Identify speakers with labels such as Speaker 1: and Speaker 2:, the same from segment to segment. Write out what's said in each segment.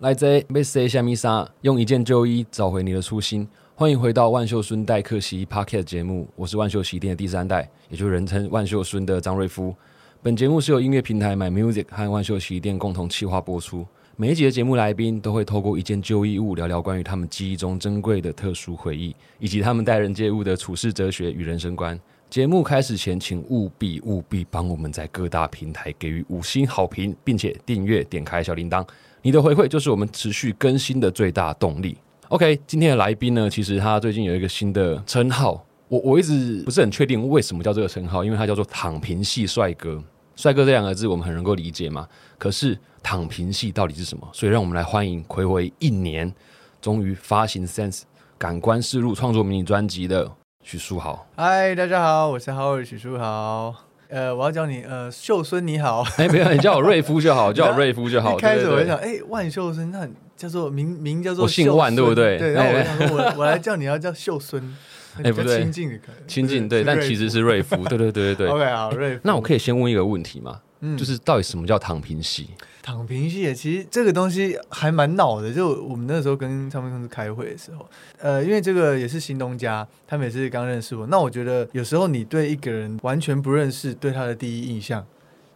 Speaker 1: 来这要洗虾米衫，用一件旧衣找回你的初心。欢迎回到万秀孙代客席 Pocket 节目，我是万秀席店的第三代，也就是人称万秀孙的张瑞夫。本节目是由音乐平台 My Music 和万秀席店共同企划播出。每一集的节目来宾都会透过一件旧衣物，聊聊关于他们记忆中珍贵的特殊回忆，以及他们待人接物的处事哲学与人生观。节目开始前，请务必务必帮我们在各大平台给予五星好评，并且订阅、点开小铃铛。你的回馈就是我们持续更新的最大动力。OK，今天的来宾呢，其实他最近有一个新的称号，我我一直不是很确定为什么叫这个称号，因为他叫做“躺平系帅哥”。帅哥这两个字我们很能够理解嘛，可是躺平系到底是什么？所以让我们来欢迎暌违一年，终于发行《Sense 感官视路》创作迷你专辑的许书豪。
Speaker 2: 嗨，大家好，我是 Howard 许书豪。呃，我要叫你呃秀孙你好。
Speaker 1: 哎，没有，你叫我瑞夫 就好，叫我瑞夫就好。
Speaker 2: 一开始
Speaker 1: 对
Speaker 2: 我
Speaker 1: 对对
Speaker 2: 就想，哎，万秀孙，那你叫做名名叫做
Speaker 1: 我姓万
Speaker 2: 秀
Speaker 1: 对不
Speaker 2: 孙
Speaker 1: 对
Speaker 2: 对，然后我
Speaker 1: 哎
Speaker 2: 就想说， 我我来叫你要叫秀孙，
Speaker 1: 哎不
Speaker 2: 比较
Speaker 1: 对
Speaker 2: 亲近的可能
Speaker 1: 亲近对，但其实是瑞夫。对对对 对对。哎
Speaker 2: OK 好瑞夫。
Speaker 1: 那我可以先问一个问题吗？
Speaker 2: 哦嗯
Speaker 1: 就是到底什么叫躺平系？
Speaker 2: 躺平系也其实这个东西还蛮闹的，就我们那时候跟唱片公司开会的时候，呃，因为这个也是新东家，他们也是刚认识我。那我觉得有时候你对一个人完全不认识，对他的第一印象，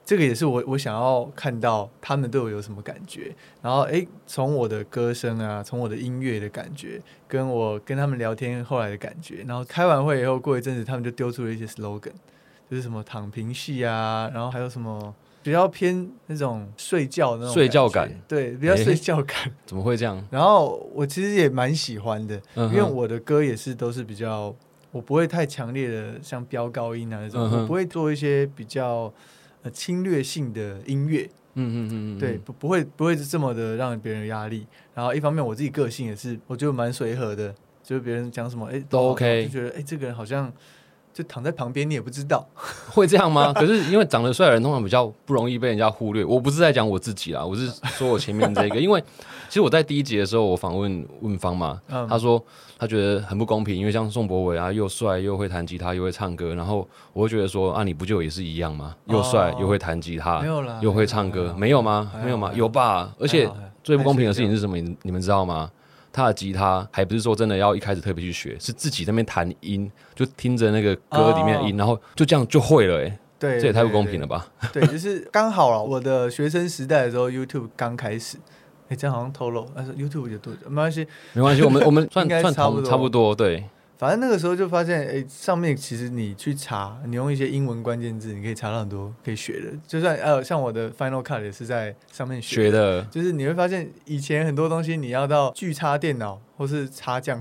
Speaker 2: 这个也是我我想要看到他们对我有什么感觉。然后诶，从我的歌声啊，从我的音乐的感觉，跟我跟他们聊天后来的感觉，然后开完会以后过一阵子，他们就丢出了一些 slogan，就是什么躺平系啊，然后还有什么。比较偏那种睡觉那种
Speaker 1: 睡觉
Speaker 2: 觉
Speaker 1: 感，
Speaker 2: 对，比较
Speaker 1: 诶
Speaker 2: 睡觉感。
Speaker 1: 怎么会这样？
Speaker 2: 然后我其实也蛮喜欢的，
Speaker 1: 嗯哼
Speaker 2: 因为我的歌也是都是比较，我不会太强烈的像飙高音啊那种，
Speaker 1: 嗯哼
Speaker 2: 我不会做一些比较呃侵略性的音乐，
Speaker 1: 嗯嗯嗯嗯，
Speaker 2: 对，不不会不会这么的让别人有压力。然后一方面我自己个性也是，我觉得蛮随和的，就是别人讲什么哎
Speaker 1: 都
Speaker 2: 好
Speaker 1: OK
Speaker 2: 就觉得哎这个人好像就躺在旁边你也不知道，
Speaker 1: 会这样吗？可 是因为长得帅的人通常比较不容易被人家忽略。我不是在讲我自己啦，我是说我前面这 个，因为其实我在第一集的时候，我访问问方嘛，
Speaker 2: 嗯
Speaker 1: 他说他觉得很不公平，因为像宋博伟啊，又帅又会弹吉他又会唱歌，然后我会觉得说啊，你不就也是一样吗？又帅
Speaker 2: 哦
Speaker 1: 又会弹吉他
Speaker 2: 没，有啦，
Speaker 1: 啊又会唱歌，没有吗
Speaker 2: 啊还？好
Speaker 1: 没有吗
Speaker 2: 还？好
Speaker 1: 有吧？而且最不公平的事情是什么？你你们知道吗？他的吉他还不是说真的要一开始特别去学，是自己在那边弹音，就听着那个歌里面的音，然后就这样就会了、欸，
Speaker 2: 哦对，
Speaker 1: 这也太不公
Speaker 2: 对
Speaker 1: 平了吧？
Speaker 2: 对，就是刚好了。我的学生时代的时候，YouTube 刚开始，哎，这样好像透露，但是 YouTube 有多久？没关系，
Speaker 1: 没关系，我们我们算
Speaker 2: 应该
Speaker 1: 算
Speaker 2: 差不
Speaker 1: 同
Speaker 2: 多
Speaker 1: 差不多，对，
Speaker 2: 反正那个时候就发现，哎，上面其实你去查，你用一些英文关键字，你可以查到很多可以学的。就算呃，像我的 Final Cut 也是在上面学
Speaker 1: 学的，
Speaker 2: 就是你会发现，以前很多东西你要到巨叉电脑或是插匠，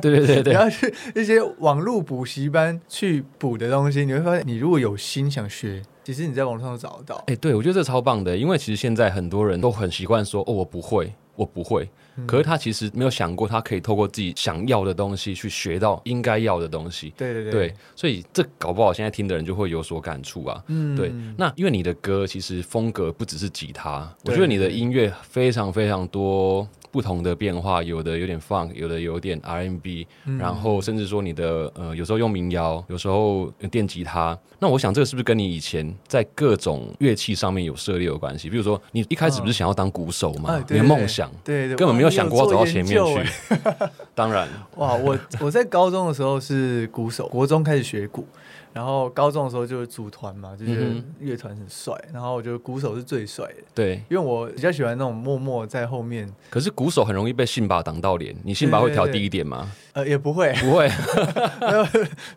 Speaker 1: 对对对
Speaker 2: 你
Speaker 1: 对，
Speaker 2: 要去一些网络补习班去补的东西，你会发现，你如果有心想学，其实你在网络上都找得到。
Speaker 1: 哎，对我觉得这超棒的，因为其实现在很多人都很习惯说哦，我不会，我不会，
Speaker 2: 嗯
Speaker 1: 可是他其实没有想过，他可以透过自己想要的东西去学到应该要的东西。
Speaker 2: 嗯对对
Speaker 1: 对，所以这搞不好现在听的人就会有所感触啊。
Speaker 2: 嗯，
Speaker 1: 对，那因为你的歌其实风格不只是吉他，我
Speaker 2: 对
Speaker 1: 觉得你的音乐非常非常多不同的变化，有的有点 funk，有的有点 R&B，、
Speaker 2: 嗯
Speaker 1: 然后甚至说你的呃有时候用民谣，有时候呃电吉他。那我想这个是不是跟你以前在各种乐器上面有涉猎有关系？比如说你一开始不是想要当鼓手吗？
Speaker 2: 哎对
Speaker 1: 你
Speaker 2: 对
Speaker 1: 的
Speaker 2: 对
Speaker 1: 梦想。
Speaker 2: 对对，
Speaker 1: 根本没有想过要走到前面
Speaker 2: 哇。你有做研
Speaker 1: 去
Speaker 2: 究，
Speaker 1: 当然，
Speaker 2: 哎哇，我我在高中的时候是鼓手，国中开始学鼓，然后高中的时候就是组团嘛，就觉得
Speaker 1: 嗯
Speaker 2: 乐团很帅，然后我觉得鼓手是最帅的，
Speaker 1: 对。
Speaker 2: 因为我比较喜欢那种默默在后面，
Speaker 1: 可是鼓手很容易被信把挡到脸，你信把会调低一点吗？
Speaker 2: 呃，也不会，
Speaker 1: 不会，啊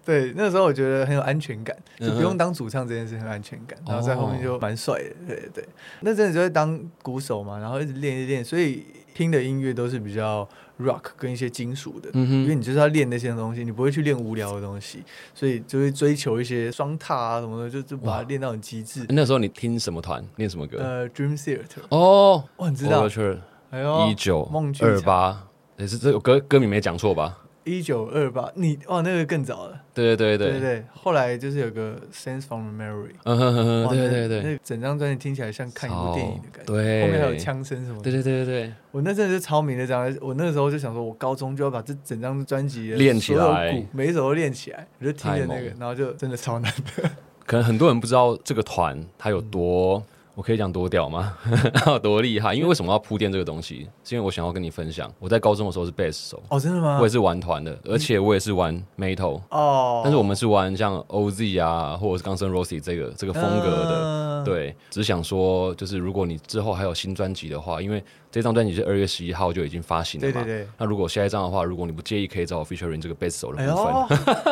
Speaker 2: 对，那时候我觉得很有安全感，就
Speaker 1: 嗯哼
Speaker 2: 不用当主唱这件事很有安全感，然后在后面
Speaker 1: 哦
Speaker 2: 就蛮帅的，对对对，那阵子就会当鼓手嘛，然后一直练一直练，所以听的音乐都是比较 rock 跟一些金属的，
Speaker 1: 嗯哼
Speaker 2: 因为你就是要练那些东西，你不会去练无聊的东西，所以就会追求一些双踏啊什么的，就就把它练到很极致。
Speaker 1: 那时候你听什么团，练什么歌？
Speaker 2: 呃，Dream Theater，
Speaker 1: 啊哦，
Speaker 2: 哇，你知道？
Speaker 1: Overture
Speaker 2: 哎呦，
Speaker 1: 一九
Speaker 2: 梦剧
Speaker 1: 二八，也是这首歌歌名没讲错吧？
Speaker 2: 一九二八，你哇，那个更早了，
Speaker 1: 对对对
Speaker 2: 对对。后来就是有个 Sense from Memory，
Speaker 1: 嗯哼哼哼，
Speaker 2: 哇
Speaker 1: 对
Speaker 2: 那
Speaker 1: 对
Speaker 2: 那
Speaker 1: 对，
Speaker 2: 个整张专辑听起来像看一部电影的感觉，
Speaker 1: 超对
Speaker 2: 后面还有枪声什么的。
Speaker 1: 对对对对对，
Speaker 2: 我那阵子就超迷那张，我那个时候就想说，我高中就要把这整张专辑的
Speaker 1: 练起来
Speaker 2: 所有鼓，每一首都练起来，我就听着
Speaker 1: 太
Speaker 2: 那
Speaker 1: 猛
Speaker 2: 个
Speaker 1: 了，
Speaker 2: 然后就真的超难的。
Speaker 1: 可能很多人不知道这个团它有多我可以讲多屌吗？ 然后多厉害？因为为什么要铺垫这个东西？是因为我想要跟你分享，我在高中的时候是贝斯手，
Speaker 2: 哦，真的吗？
Speaker 1: 我也是玩团的，而且我也是玩 metal，
Speaker 2: 哦，
Speaker 1: 但是我们是玩像 OZ 啊，或者是 Guns N' Roses 这个这个风格的。
Speaker 2: 嗯，
Speaker 1: 对，只想说，就是如果你之后还有新专辑的话，因为这张专辑是二月十一号就已经发行了
Speaker 2: 对
Speaker 1: 嘛。
Speaker 2: 对对，
Speaker 1: 那如果下一张的话，如果你不介意，可以找我 featuring 这个贝斯手的
Speaker 2: 哎
Speaker 1: 部分，
Speaker 2: 呦，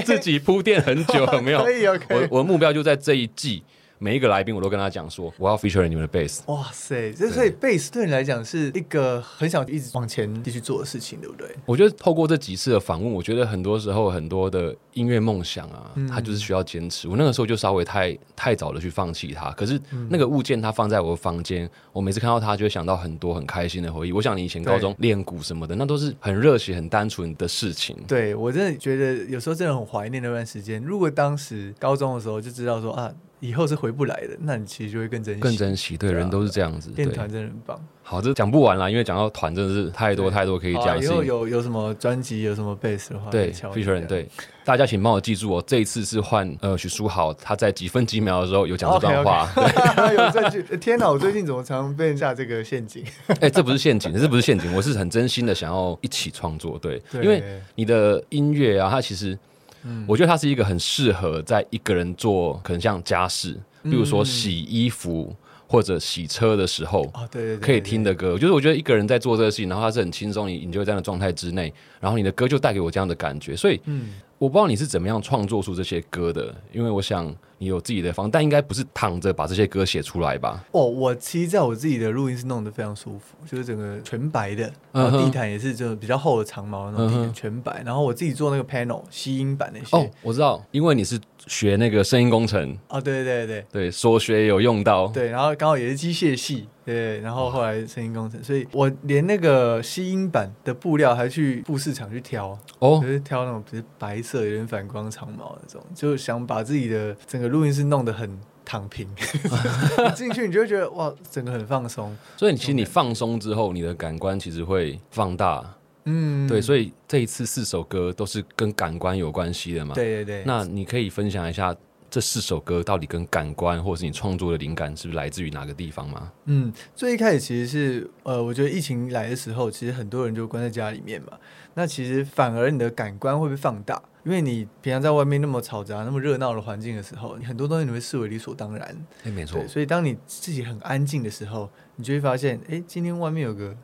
Speaker 1: 自己铺垫很 久，有没有？
Speaker 2: 可以哦，可以
Speaker 1: 我。我的目标就在这一季，每一个来宾我都跟他讲说，我要 featuring 你们的 bass。
Speaker 2: 哇塞，这
Speaker 1: 对
Speaker 2: 所以贝斯对你来讲是一个很想一直往前继续做的事情，对不对？
Speaker 1: 我觉得透过这几次的访问，我觉得很多时候很多的音乐梦想啊，
Speaker 2: 嗯
Speaker 1: 它就是需要坚持。我那个时候就稍微太太早的去放弃它，可是
Speaker 2: 嗯
Speaker 1: 那个物件它放在我的房间，我每次看到它就会想到很多很开心的回忆。我想你以前高中练鼓什么的，那都是很热血、很单纯的事情。
Speaker 2: 对我真的觉得有时候真的很怀念那段时间。如果当时高中的时候就知道说啊，以后是回不来的，那你其实就会更珍惜。
Speaker 1: 更珍惜，对
Speaker 2: 对啊
Speaker 1: 人都是这样子。对
Speaker 2: 练，团真的很棒。
Speaker 1: 好，这讲不完啦，因为讲到团真的是太多
Speaker 2: 对
Speaker 1: 太多可以
Speaker 2: 好啊
Speaker 1: 讲的
Speaker 2: 以
Speaker 1: 事
Speaker 2: 后
Speaker 1: 情。
Speaker 2: 有有什么专辑，有什么贝斯的话，
Speaker 1: 对
Speaker 2: 敲一下
Speaker 1: ，featuring 对，大家请帮我记住哦，这一次是换呃许书豪，他在几分几秒的时候有讲这段话。
Speaker 2: 有证据。天哪，我最近怎么常被人下这个陷阱？
Speaker 1: 哎、这不是陷阱，这不是陷阱，我是很真心的想要一起创作，对，
Speaker 2: 对嗯
Speaker 1: 因为你的音乐啊，它其实，我觉得它是一个很适合在一个人做，可能像家事，比如
Speaker 2: 嗯
Speaker 1: 说洗衣服或者洗车的时候。
Speaker 2: 哦，对对对，
Speaker 1: 可以听
Speaker 2: 的。
Speaker 1: 的歌，就是我觉得一个人在做这个事情，然后他是很轻松，你你就会在那状态之内，然后你的歌就带给我这样的感觉，所以
Speaker 2: 嗯，
Speaker 1: 我不知道你是怎么样创作出这些歌的，因为我想你有自己的方，但应该不是躺着把这些歌写出来吧？
Speaker 2: 哦，我其实在我自己的录音室弄得非常舒服，就是整个全白的，然
Speaker 1: 嗯
Speaker 2: 后
Speaker 1: 哼
Speaker 2: 地毯也是这种比较厚的长毛的那种
Speaker 1: 嗯
Speaker 2: 地毯，
Speaker 1: 哼
Speaker 2: 全白。然后我自己做那个 panel 吸音板那些。
Speaker 1: 哦，我知道，因为你是学那个声音工程，
Speaker 2: 哦，对对对对
Speaker 1: 对，所学有用到。
Speaker 2: 对，然后刚好也是机械系，对，然后后来声音工程，所以我连那个吸音板的布料还去布市场去挑，
Speaker 1: 哦
Speaker 2: 就，是挑那种比如白色有点反光长毛那种，就想把自己的整个录音室弄得很躺平。 进去你就会觉得哇，整个很放松。
Speaker 1: 所以其实你放松之后，你的感官其实会放大。
Speaker 2: 嗯，
Speaker 1: 对，
Speaker 2: 以
Speaker 1: 所以这一次四首歌都是跟感官有关系的嘛？。
Speaker 2: 对对对，
Speaker 1: 那你可以分享一下这四首歌到底跟感官，或者是你创作的灵感，是不是来自于哪个地方吗？
Speaker 2: 嗯，最一开始其实是呃，我觉得疫情来的时候，其实很多人就关在家里面嘛。那其实反而你的感官会被放大，因为你平常在外面那么嘈杂、那么热闹的环境的时候，你很多东西你会视为理所当然。
Speaker 1: 哎，没错
Speaker 2: 对，，所以当你自己很安静的时候，你就会发现，哎，今天外面有个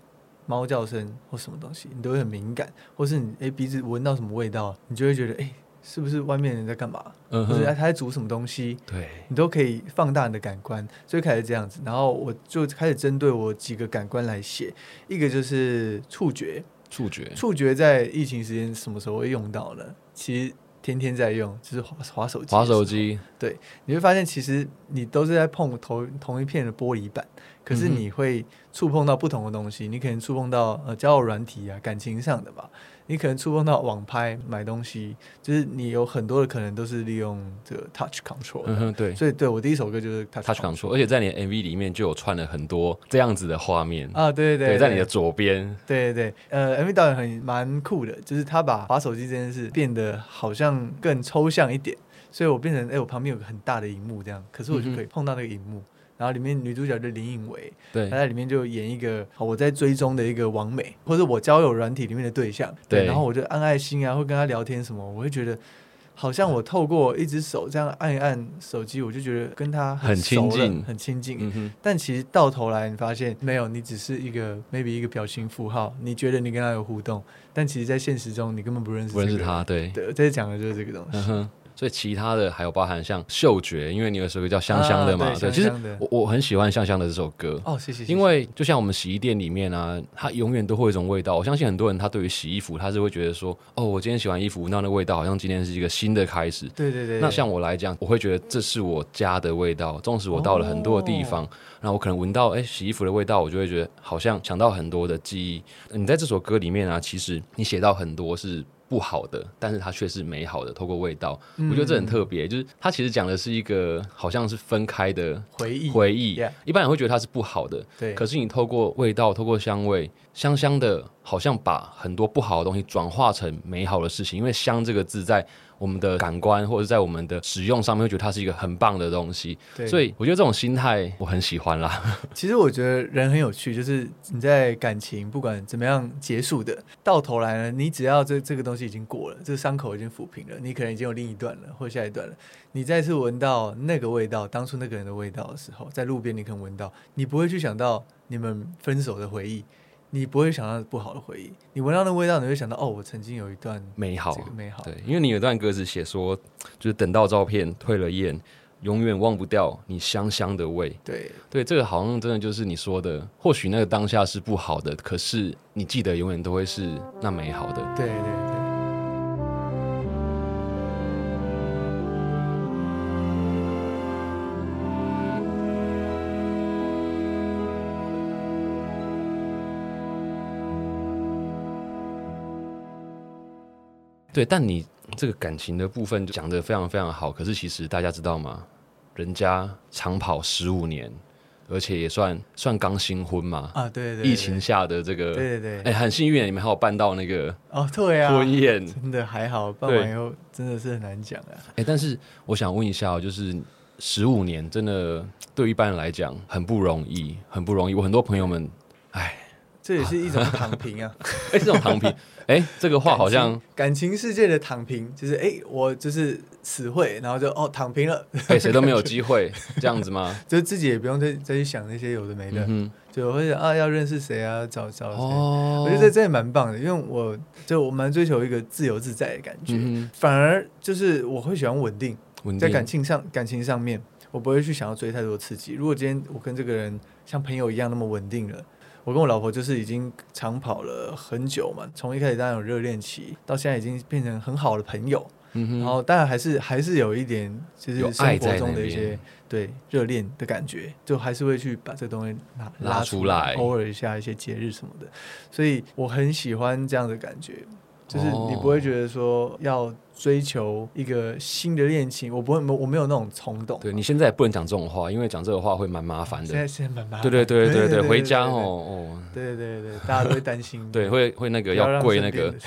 Speaker 2: 猫叫声或什么东西，你都会很敏感，或是你哎鼻子闻到什么味道，你就会觉得，哎，是不是外面人在干嘛？
Speaker 1: 嗯
Speaker 2: 或者哎
Speaker 1: 哼，
Speaker 2: 他在煮什么东西？
Speaker 1: 对，
Speaker 2: 你都可以放大你的感官，所以开始这样子。然后我就开始针对我几个感官来写，一个就是触觉，
Speaker 1: 触觉，
Speaker 2: 触觉在疫情时间什么时候会用到呢？其实天天在用，就是滑滑手机的时候，
Speaker 1: 滑手机，
Speaker 2: 你会发现其实你都是在碰同同一片的玻璃板，可是
Speaker 1: 嗯哼
Speaker 2: 你会触碰到不同的东西，你可能触碰到呃交友软体啊、感情上的吧，你可能触碰到网拍、买东西，就是你有很多的可能都是利用这个 touch control 的。
Speaker 1: 嗯哼，对。
Speaker 2: 所以对我第一首歌就是 touch
Speaker 1: Touch
Speaker 2: control
Speaker 1: Control，而且在你的 MV 里面就有串了很多这样子的画面，
Speaker 2: 啊，对对哎
Speaker 1: 对，在你的左边，
Speaker 2: 对对对，呃，MV 导演很蛮酷的，就是他把滑手机这件事变得好像更抽象一点，所以我变成哎、我旁边有个很大的荧幕这样，可是
Speaker 1: 嗯
Speaker 2: 我就可以碰到那个荧幕。然后里面女主角就林颖维，
Speaker 1: 对
Speaker 2: 她，在里面就演一个好我在追踪的一个网美，或者我交友软体里面的对象，
Speaker 1: 对
Speaker 2: 然后我就按爱心啊，会跟她聊天什么，我会觉得好像我透过一只手这样按一按手机，我就觉得跟她
Speaker 1: 很
Speaker 2: 熟
Speaker 1: 亲
Speaker 2: 了
Speaker 1: 近
Speaker 2: 很亲近，
Speaker 1: 嗯哼，
Speaker 2: 但其实到头来，你发现没有，你只是一个 maybe 一个表情符号，你觉得你跟他有互动，但其实，在现实中你根本不认识、
Speaker 1: 不认识。他，对，
Speaker 2: 对，这讲的就是这个东西。
Speaker 1: 嗯 哼，所以其他的还有包含像嗅觉，因为你有首歌叫《香香的》嘛，
Speaker 2: 啊
Speaker 1: 对，
Speaker 2: 对香
Speaker 1: 其实
Speaker 2: 香的
Speaker 1: 我我很喜欢《香香的》这首歌。
Speaker 2: 哦，谢谢。谢谢
Speaker 1: 因为就像我们洗衣店里面啊，它永远都会有一种味道。我相信很多人他对于洗衣服，他是会觉得说，哦，我今天洗完衣服，那那味道好像今天是一个新的开始。
Speaker 2: 对对对，
Speaker 1: 那像我来讲，我会觉得这是我家的味道。纵使我到了很多的地方，
Speaker 2: 哦
Speaker 1: 然后我可能闻到哎洗衣服的味道，我就会觉得好像想到很多的记忆。你在这首歌里面啊，其实你写到很多是。不好的，但是它却是美好的，透过味道，
Speaker 2: 嗯
Speaker 1: 我觉得这很特别。就是它其实讲的是一个好像是分开的
Speaker 2: 回忆，
Speaker 1: 回忆
Speaker 2: Yeah
Speaker 1: 一般人会觉得它是不好的，
Speaker 2: 对，
Speaker 1: 可是你透过味道，透过香味，香香的，好像把很多不好的东西转化成美好的事情，因为香这个字在我们的感官或者在我们的使用上面，会觉得它是一个很棒的东西，
Speaker 2: 对，
Speaker 1: 所以我觉得这种心态我很喜欢啦。
Speaker 2: 其实我觉得人很有趣，就是你在感情不管怎么样结束的，到头来呢，你只要这这个东西已经过了，这个伤口已经抚平了，你可能已经有另一段了，或下一段了。你再次闻到那个味道，当初那个人的味道的时候，在路边你可能闻到，你不会去想到你们分手的回忆，你不会想到不好的回忆，你闻到那个味道，你会想到哦，我曾经有一段
Speaker 1: 美好
Speaker 2: 这，个美好。
Speaker 1: 对，因为你有段歌词写说，就是等到照片退了宴，永远忘不掉你香香的味。
Speaker 2: 对
Speaker 1: 对，这个好像真的就是你说的，或许那个当下是不好的，可是你记得永远都会是那美好的。
Speaker 2: 对对对。
Speaker 1: 对，但你这个感情的部分讲得非常非常好，可是其实大家知道吗？人家长跑十五年，而且也算算刚新婚嘛，
Speaker 2: 啊，对对
Speaker 1: 疫情，下的这
Speaker 2: 对
Speaker 1: 个，
Speaker 2: 对对
Speaker 1: 哎，很幸运你们还有办到那个
Speaker 2: 哦，对啊，
Speaker 1: 婚 宴，
Speaker 2: 真的还好，办
Speaker 1: 对
Speaker 2: 完以后真的是很难讲啊。
Speaker 1: 哎，但是我想问一下、哦，就是十五年，真的对一般人来讲很不容易，很不容易。我很多朋友们，哎，
Speaker 2: 这也是一种躺平 啊，
Speaker 1: 哎，这种躺平，哎，这个话好像，
Speaker 2: 感情世界的躺平，就是哎，我就是死会，然后就哦躺平了，
Speaker 1: 哎，谁都没有机会，这样子吗？
Speaker 2: 就自己也不用再再去想那些有的没的，
Speaker 1: 嗯
Speaker 2: 就会想啊要认识谁啊，找找
Speaker 1: 哼，
Speaker 2: 谁。
Speaker 1: 哦，
Speaker 2: 我觉得这真的蛮棒的，因为我就我蛮追求一个自由自在的感觉，
Speaker 1: 嗯
Speaker 2: 反而就是我会喜欢稳定，
Speaker 1: 哼稳定
Speaker 2: 在感情上感情上面，我不会去想要追太多刺激。如果今天我跟这个人像朋友一样那么稳定了，我跟我老婆就是已经长跑了很久嘛，从一开始当然有热恋期，到现在已经变成很好的朋友，
Speaker 1: 嗯哼
Speaker 2: 然后当然还是还是有一点就是
Speaker 1: 有爱
Speaker 2: 生
Speaker 1: 在
Speaker 2: 活
Speaker 1: 那
Speaker 2: 中的一些
Speaker 1: 边，
Speaker 2: 对热恋的感觉，就还是会去把这东西拿
Speaker 1: 拉出来
Speaker 2: 偶尔一下一些节日什么的，所以我很喜欢这样的感觉，就是
Speaker 1: 哦
Speaker 2: 你不会觉得说要追求一个新的恋情，我不会我没有那种冲动，
Speaker 1: 对你现在也不能讲这种话，因为讲这个话会蛮麻烦
Speaker 2: 现在
Speaker 1: 的。
Speaker 2: 现在蛮麻烦
Speaker 1: 对
Speaker 2: 的，
Speaker 1: 对对对对，
Speaker 2: 对，
Speaker 1: 回家，哦哦，
Speaker 2: 对对对，大家都会担心，
Speaker 1: 对，会会那个
Speaker 2: 不
Speaker 1: 要
Speaker 2: 让
Speaker 1: 跪
Speaker 2: 身
Speaker 1: 那
Speaker 2: 边
Speaker 1: 个
Speaker 2: 的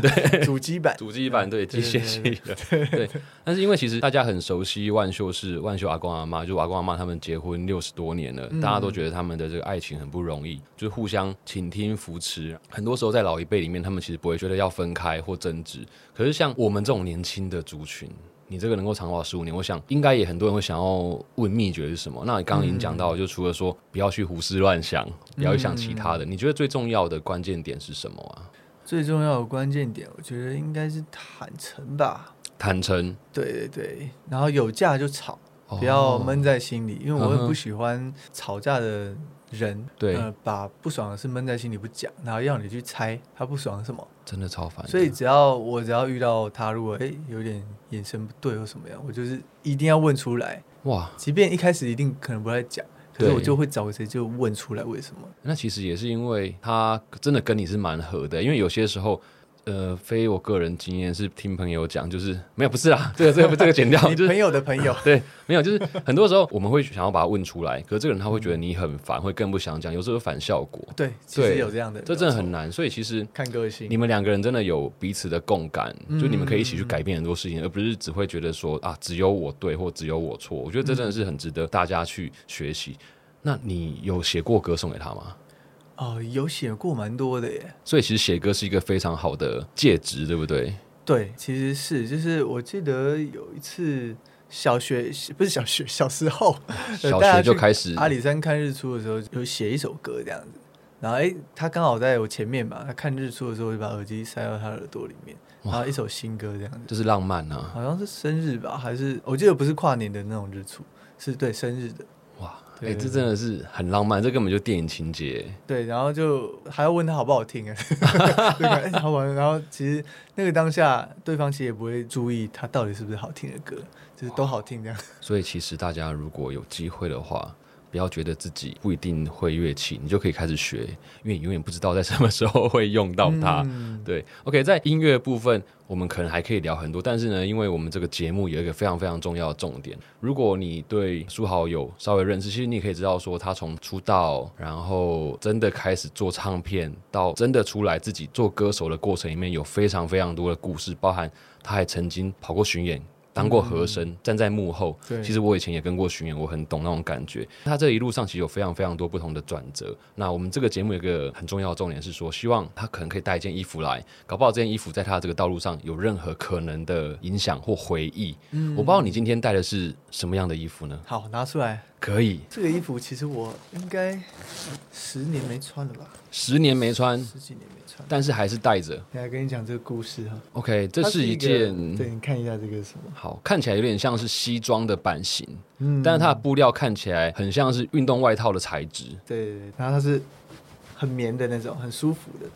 Speaker 2: 主机板，
Speaker 1: 主机板对机
Speaker 2: 对
Speaker 1: 械系的，对。但是因为其实大家很熟悉万秀是万秀阿公阿妈，就阿公阿妈他们结婚六十多年了，
Speaker 2: 嗯
Speaker 1: 大家都觉得他们的这个爱情很不容易，就是互相倾听扶持。很多时候在老一辈里面，他们其实不会觉得要分开或争执。可是像我们这种年轻的族群。你这个能够长跑十五年，我想应该也很多人会想要问秘诀是什么。那你刚刚已经讲到，就除了说不要去胡思乱想，
Speaker 2: 嗯
Speaker 1: 不要去想其他的，你觉得最重要的关键点是什么啊？
Speaker 2: 最重要的关键点，我觉得应该是坦诚吧。
Speaker 1: 坦诚，
Speaker 2: 对对对，然后有架就吵，
Speaker 1: 哦
Speaker 2: 不要闷在心里，因为我
Speaker 1: 嗯哼
Speaker 2: 很不喜欢吵架的人，
Speaker 1: 对
Speaker 2: 呃，把不爽的事闷在心里不讲，然后要你去猜他不爽什么。
Speaker 1: 真的超烦的。
Speaker 2: 所以只要我只要遇到他，如果诶有点眼神不对或什么样，我就是一定要问出来，
Speaker 1: 哇，
Speaker 2: 即便一开始一定可能不太讲，可是
Speaker 1: 对
Speaker 2: 我就会找个谁就问出来为什 么。
Speaker 1: 那其实也是因为他真的跟你是蛮合的，因为有些时候，呃，非我个人经验是听朋友讲，就是没有不是啊，这个这个这个剪掉，
Speaker 2: 你
Speaker 1: 就是
Speaker 2: 朋友的朋友，
Speaker 1: 对，没有，就是很多时候我们会想要把它问出来，可是这个人他会觉得你很烦，会更不想讲，有时候有反效果，
Speaker 2: 对，其
Speaker 1: 对
Speaker 2: 实有这样的人，
Speaker 1: 这真的
Speaker 2: 没
Speaker 1: 很
Speaker 2: 有错
Speaker 1: 难。所以其实
Speaker 2: 看个性。
Speaker 1: 你们两个人真的有彼此的共感，就你们可以一起去
Speaker 2: 嗯
Speaker 1: 改变很多事情，而不是只会觉得说啊，只有我对或只有我错。我觉得这真的
Speaker 2: 嗯
Speaker 1: 是很值得大家去学习。那你有写过歌送给他吗？
Speaker 2: 哦，有写过蛮多的耶。
Speaker 1: 所以其实写歌是一个非常好的介质，对不对？
Speaker 2: 对，其实是就是我记得有一次小学不是小学小时候，呃
Speaker 1: 小
Speaker 2: 大
Speaker 1: 学
Speaker 2: 家
Speaker 1: 就
Speaker 2: 去
Speaker 1: 开始，
Speaker 2: 阿里山看日出的时候有写一首歌这样子，然后哎他刚好在我前面嘛，他看日出的时候我就把耳机塞到他耳朵里面，然后一首新歌这样子，
Speaker 1: 就是浪漫啊！
Speaker 2: 好像是生日吧，还是我记得不是跨年的那种日出，是对生日的。
Speaker 1: 哇，哎、
Speaker 2: 对
Speaker 1: 这真的是很浪漫，这根本就电影情节。
Speaker 2: 对，然后就还要问他好不好听啊， 对哎好玩。然后其实那个当下，对方其实也不会注意他到底是不是好听的歌，就是都好听这样。
Speaker 1: 所以其实大家如果有机会的话，不要觉得自己不一定会乐器，你就可以开始学，因为你永远不知道在什么时候会用到它。
Speaker 2: 嗯
Speaker 1: 对，OK，在音乐部分，我们可能还可以聊很多，但是呢，因为我们这个节目有一个非常非常重要的重点，如果你对书豪有稍微认识，其实你也可以知道说，他从出道，然后真的开始做唱片，到真的出来自己做歌手的过程里面，有非常非常多的故事，包含他还曾经跑过巡演。当过和声，站在幕后。
Speaker 2: 嗯对
Speaker 1: 其实我以前也跟过巡演，我很懂那种感觉。他这一路上其实有非常非常多不同的转折。那我们这个节目有一个很重要的重点是说，希望他可能可以带一件衣服来，搞不好这件衣服在他这个道路上有任何可能的影响或回忆。我不知道你今天带的是什么样的衣服呢？
Speaker 2: 好，拿出来。
Speaker 1: 可以，
Speaker 2: 这个衣服其实我应该十年没穿了吧，
Speaker 1: 十年没穿，
Speaker 2: 十几年没穿。
Speaker 1: 但是还是带着。
Speaker 2: 等一下跟你讲这个故事哈，
Speaker 1: OK，这
Speaker 2: 它
Speaker 1: 是一
Speaker 2: 个
Speaker 1: 件
Speaker 2: 对，你看一下这个是什么，
Speaker 1: 好看起来有点像是西装的版型，
Speaker 2: 嗯
Speaker 1: 但是它的布料看起来很像是运动外套的材质。
Speaker 2: 对对，对然后它是很棉的那种，很舒服的。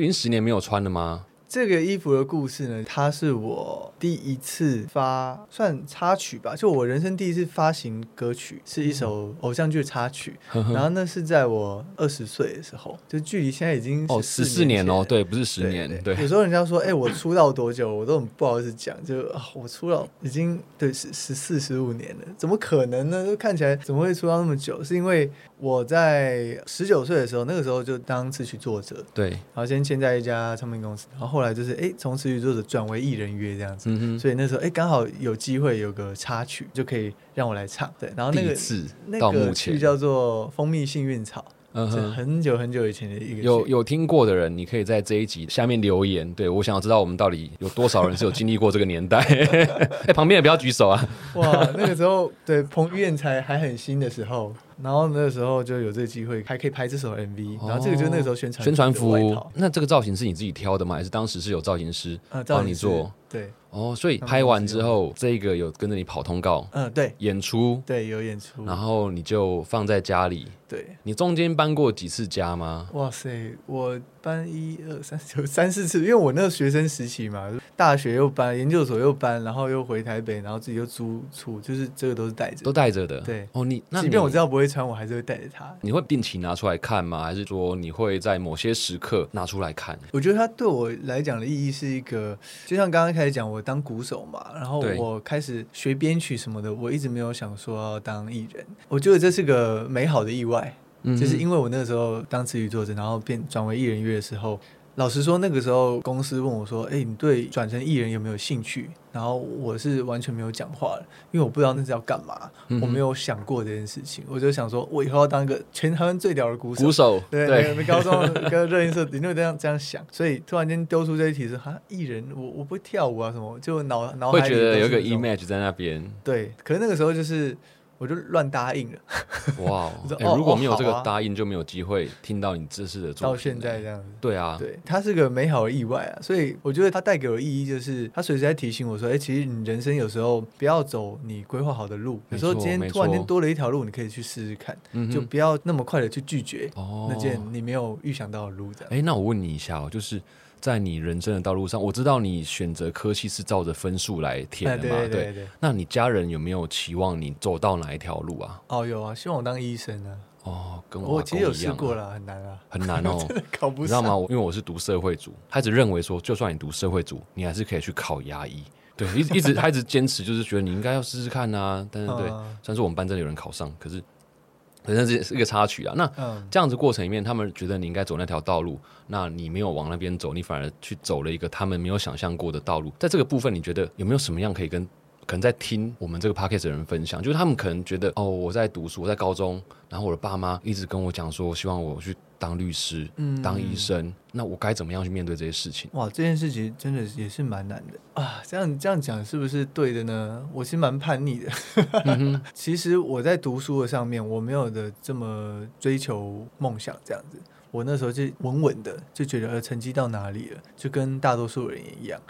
Speaker 1: 已经十年没有穿了吗？
Speaker 2: 这个衣服的故事呢，它是我第一次发算插曲吧，就我人生第一次发行歌曲，是一首偶像剧的插曲。
Speaker 1: 嗯呵呵
Speaker 2: 然后那是在我二十岁的时候，就距离现在已经
Speaker 1: 哦，十四年
Speaker 2: 前
Speaker 1: 哦
Speaker 2: 了，
Speaker 1: 对，不是十年，对
Speaker 2: 有时候人家说，哎、我出道多久，我都很不好意思讲，就、啊、我出道已经对十十四十五年了，怎么可能呢？就看起来怎么会出道那么久？是因为我在十九岁的时候，那个时候就当词曲作者，
Speaker 1: 对，
Speaker 2: 然后先签在一家唱片公司，然后后来就是哎，从词曲作者转为艺人约这样子。
Speaker 1: 嗯哼，
Speaker 2: 所以那时候，哎、刚好有机会有个插曲，就可以让我来唱。对，然后那
Speaker 1: 第一
Speaker 2: 个
Speaker 1: 次
Speaker 2: 那
Speaker 1: 到目
Speaker 2: 个曲
Speaker 1: 前，
Speaker 2: 叫做《蜂蜜幸运草》，
Speaker 1: 嗯
Speaker 2: 是
Speaker 1: 哼，
Speaker 2: 很久很久以前的一个
Speaker 1: 有
Speaker 2: 曲
Speaker 1: 有听过的人，你可以在这一集下面留言。对我想要知道我们到底有多少人是有经历过这个年代。 哎，旁边也不要举手啊。
Speaker 2: 哇，那个时候对彭于晏才还很新的时候，然后那个时候就有这个机会，还可以拍这首 MV，、然后这个就是那个时候宣传
Speaker 1: 哦宣传
Speaker 2: 的外
Speaker 1: 服
Speaker 2: 套，
Speaker 1: 那这个造型是你自己挑的吗？还是当时是有造型师
Speaker 2: 啊，造
Speaker 1: 帮
Speaker 2: 型
Speaker 1: 你
Speaker 2: 师
Speaker 1: 做？
Speaker 2: 对，
Speaker 1: 哦，所以
Speaker 2: 他们
Speaker 1: 拍完
Speaker 2: 自己
Speaker 1: 之后，这个有跟着你跑通告、
Speaker 2: 嗯、对
Speaker 1: 演出，
Speaker 2: 对，有演出，
Speaker 1: 然后你就放在家里。
Speaker 2: 对，
Speaker 1: 你中间搬过几次家吗？
Speaker 2: 哇塞，我搬一二三有 三四次，因为我那个学生时期嘛，大学又搬，研究所又搬，然后又回台北，然后自己又租处，就是这个都是带着
Speaker 1: 都，带着的。
Speaker 2: 对
Speaker 1: 哦，你那
Speaker 2: 即
Speaker 1: 你
Speaker 2: 便我知道不会穿，我还是会带着它。
Speaker 1: 你会定期拿出来看吗？还是说你会在某些时刻拿出来看？
Speaker 2: 我觉得它对我来讲的意义是一个，就像刚刚开始讲，我当鼓手嘛，然后
Speaker 1: 对
Speaker 2: 我开始学编曲什么的，我一直没有想说要当艺人，我觉得这是个美好的意外，
Speaker 1: 嗯
Speaker 2: 就是因为我那个时候当词语作者，然后变转为艺人乐的时候。老实说，那个时候公司问我说：“哎、你对转成艺人有没有兴趣？”然后我是完全没有讲话的，因为我不知道那是要干嘛，
Speaker 1: 嗯哼
Speaker 2: 我没有想过这件事情。我就想说，我以后要当一个全台湾最屌的鼓手
Speaker 1: 鼓，手
Speaker 2: 对，每个高中跟热音社一定会这样这样想，所以突然间丢出这一题是哈艺人，我我不会跳舞啊什么，就脑脑海
Speaker 1: 会
Speaker 2: 里
Speaker 1: 觉得
Speaker 2: 都
Speaker 1: 有
Speaker 2: 是
Speaker 1: 一个
Speaker 2: 这种
Speaker 1: image 在那 边，
Speaker 2: 对，可是那个时候就是我就乱答应了，
Speaker 1: 哇、哦
Speaker 2: 你说
Speaker 1: 诶
Speaker 2: 哦
Speaker 1: 如果
Speaker 2: 哦
Speaker 1: 没有这个
Speaker 2: 好啊
Speaker 1: 答应，就没有机会听到你这次的作品。
Speaker 2: 到现在，这样子。
Speaker 1: 对啊，
Speaker 2: 对，它是个美好的意外啊，所以我觉得它带给我的意义就是，它随时在提醒我说，哎、其实你人生有时候不要走你规划好的路，有时候
Speaker 1: 没错
Speaker 2: 今天
Speaker 1: 没
Speaker 2: 突然间
Speaker 1: 错
Speaker 2: 多了一条路，你可以去试试看，
Speaker 1: 嗯哼
Speaker 2: 就不要那么快的去拒绝、
Speaker 1: 哦
Speaker 2: 那件你没有预想到的路，这样。
Speaker 1: 哎，那我问你一下哦，就是在你人生的道路上，我知道你选择科系是照着分数来填
Speaker 2: 哎
Speaker 1: 的
Speaker 2: 对
Speaker 1: 嘛，
Speaker 2: 对对对，
Speaker 1: 那你家人有没有期望你走到哪一条路啊？
Speaker 2: 哦，有啊，希望我当医生啊。
Speaker 1: 哦，跟
Speaker 2: 我
Speaker 1: 阿
Speaker 2: 其实有
Speaker 1: 公一
Speaker 2: 试
Speaker 1: 样啊
Speaker 2: 过了，很难啊，
Speaker 1: 很难哦。
Speaker 2: 考不啊
Speaker 1: 你知道
Speaker 2: 上。
Speaker 1: 吗？我因为我是读社会组，他一直认为说，就算你读社会组，你还是可以去考牙医。对，一 直一直他一直坚持，就是觉得你应该要试试看啊。但是对，虽
Speaker 2: 嗯
Speaker 1: 然说我们班真的有人考上，可是可是这是一个插曲啊。那
Speaker 2: 嗯，
Speaker 1: 这样子过程里面，他们觉得你应该走那条道路，那你没有往那边走，你反而去走了一个他们没有想象过的道路。在这个部分，你觉得有没有什么样可以跟可能在听我们这个 podcast 的人分享？就是他们可能觉得哦，我在读书，我在高中，然后我的爸妈一直跟我讲说，希望我去当律师、
Speaker 2: 嗯
Speaker 1: 当医生，那我该怎么样去面对这些事情？
Speaker 2: 哇，这件事情真的也是蛮难的啊。这样这样讲是不是对的呢？我其实蛮叛逆的。
Speaker 1: 嗯
Speaker 2: 其实我在读书的上面，我没有的这么追求梦想这样子。我那时候就稳稳的就觉得，呃，成绩到哪里了，就跟大多数人也一样。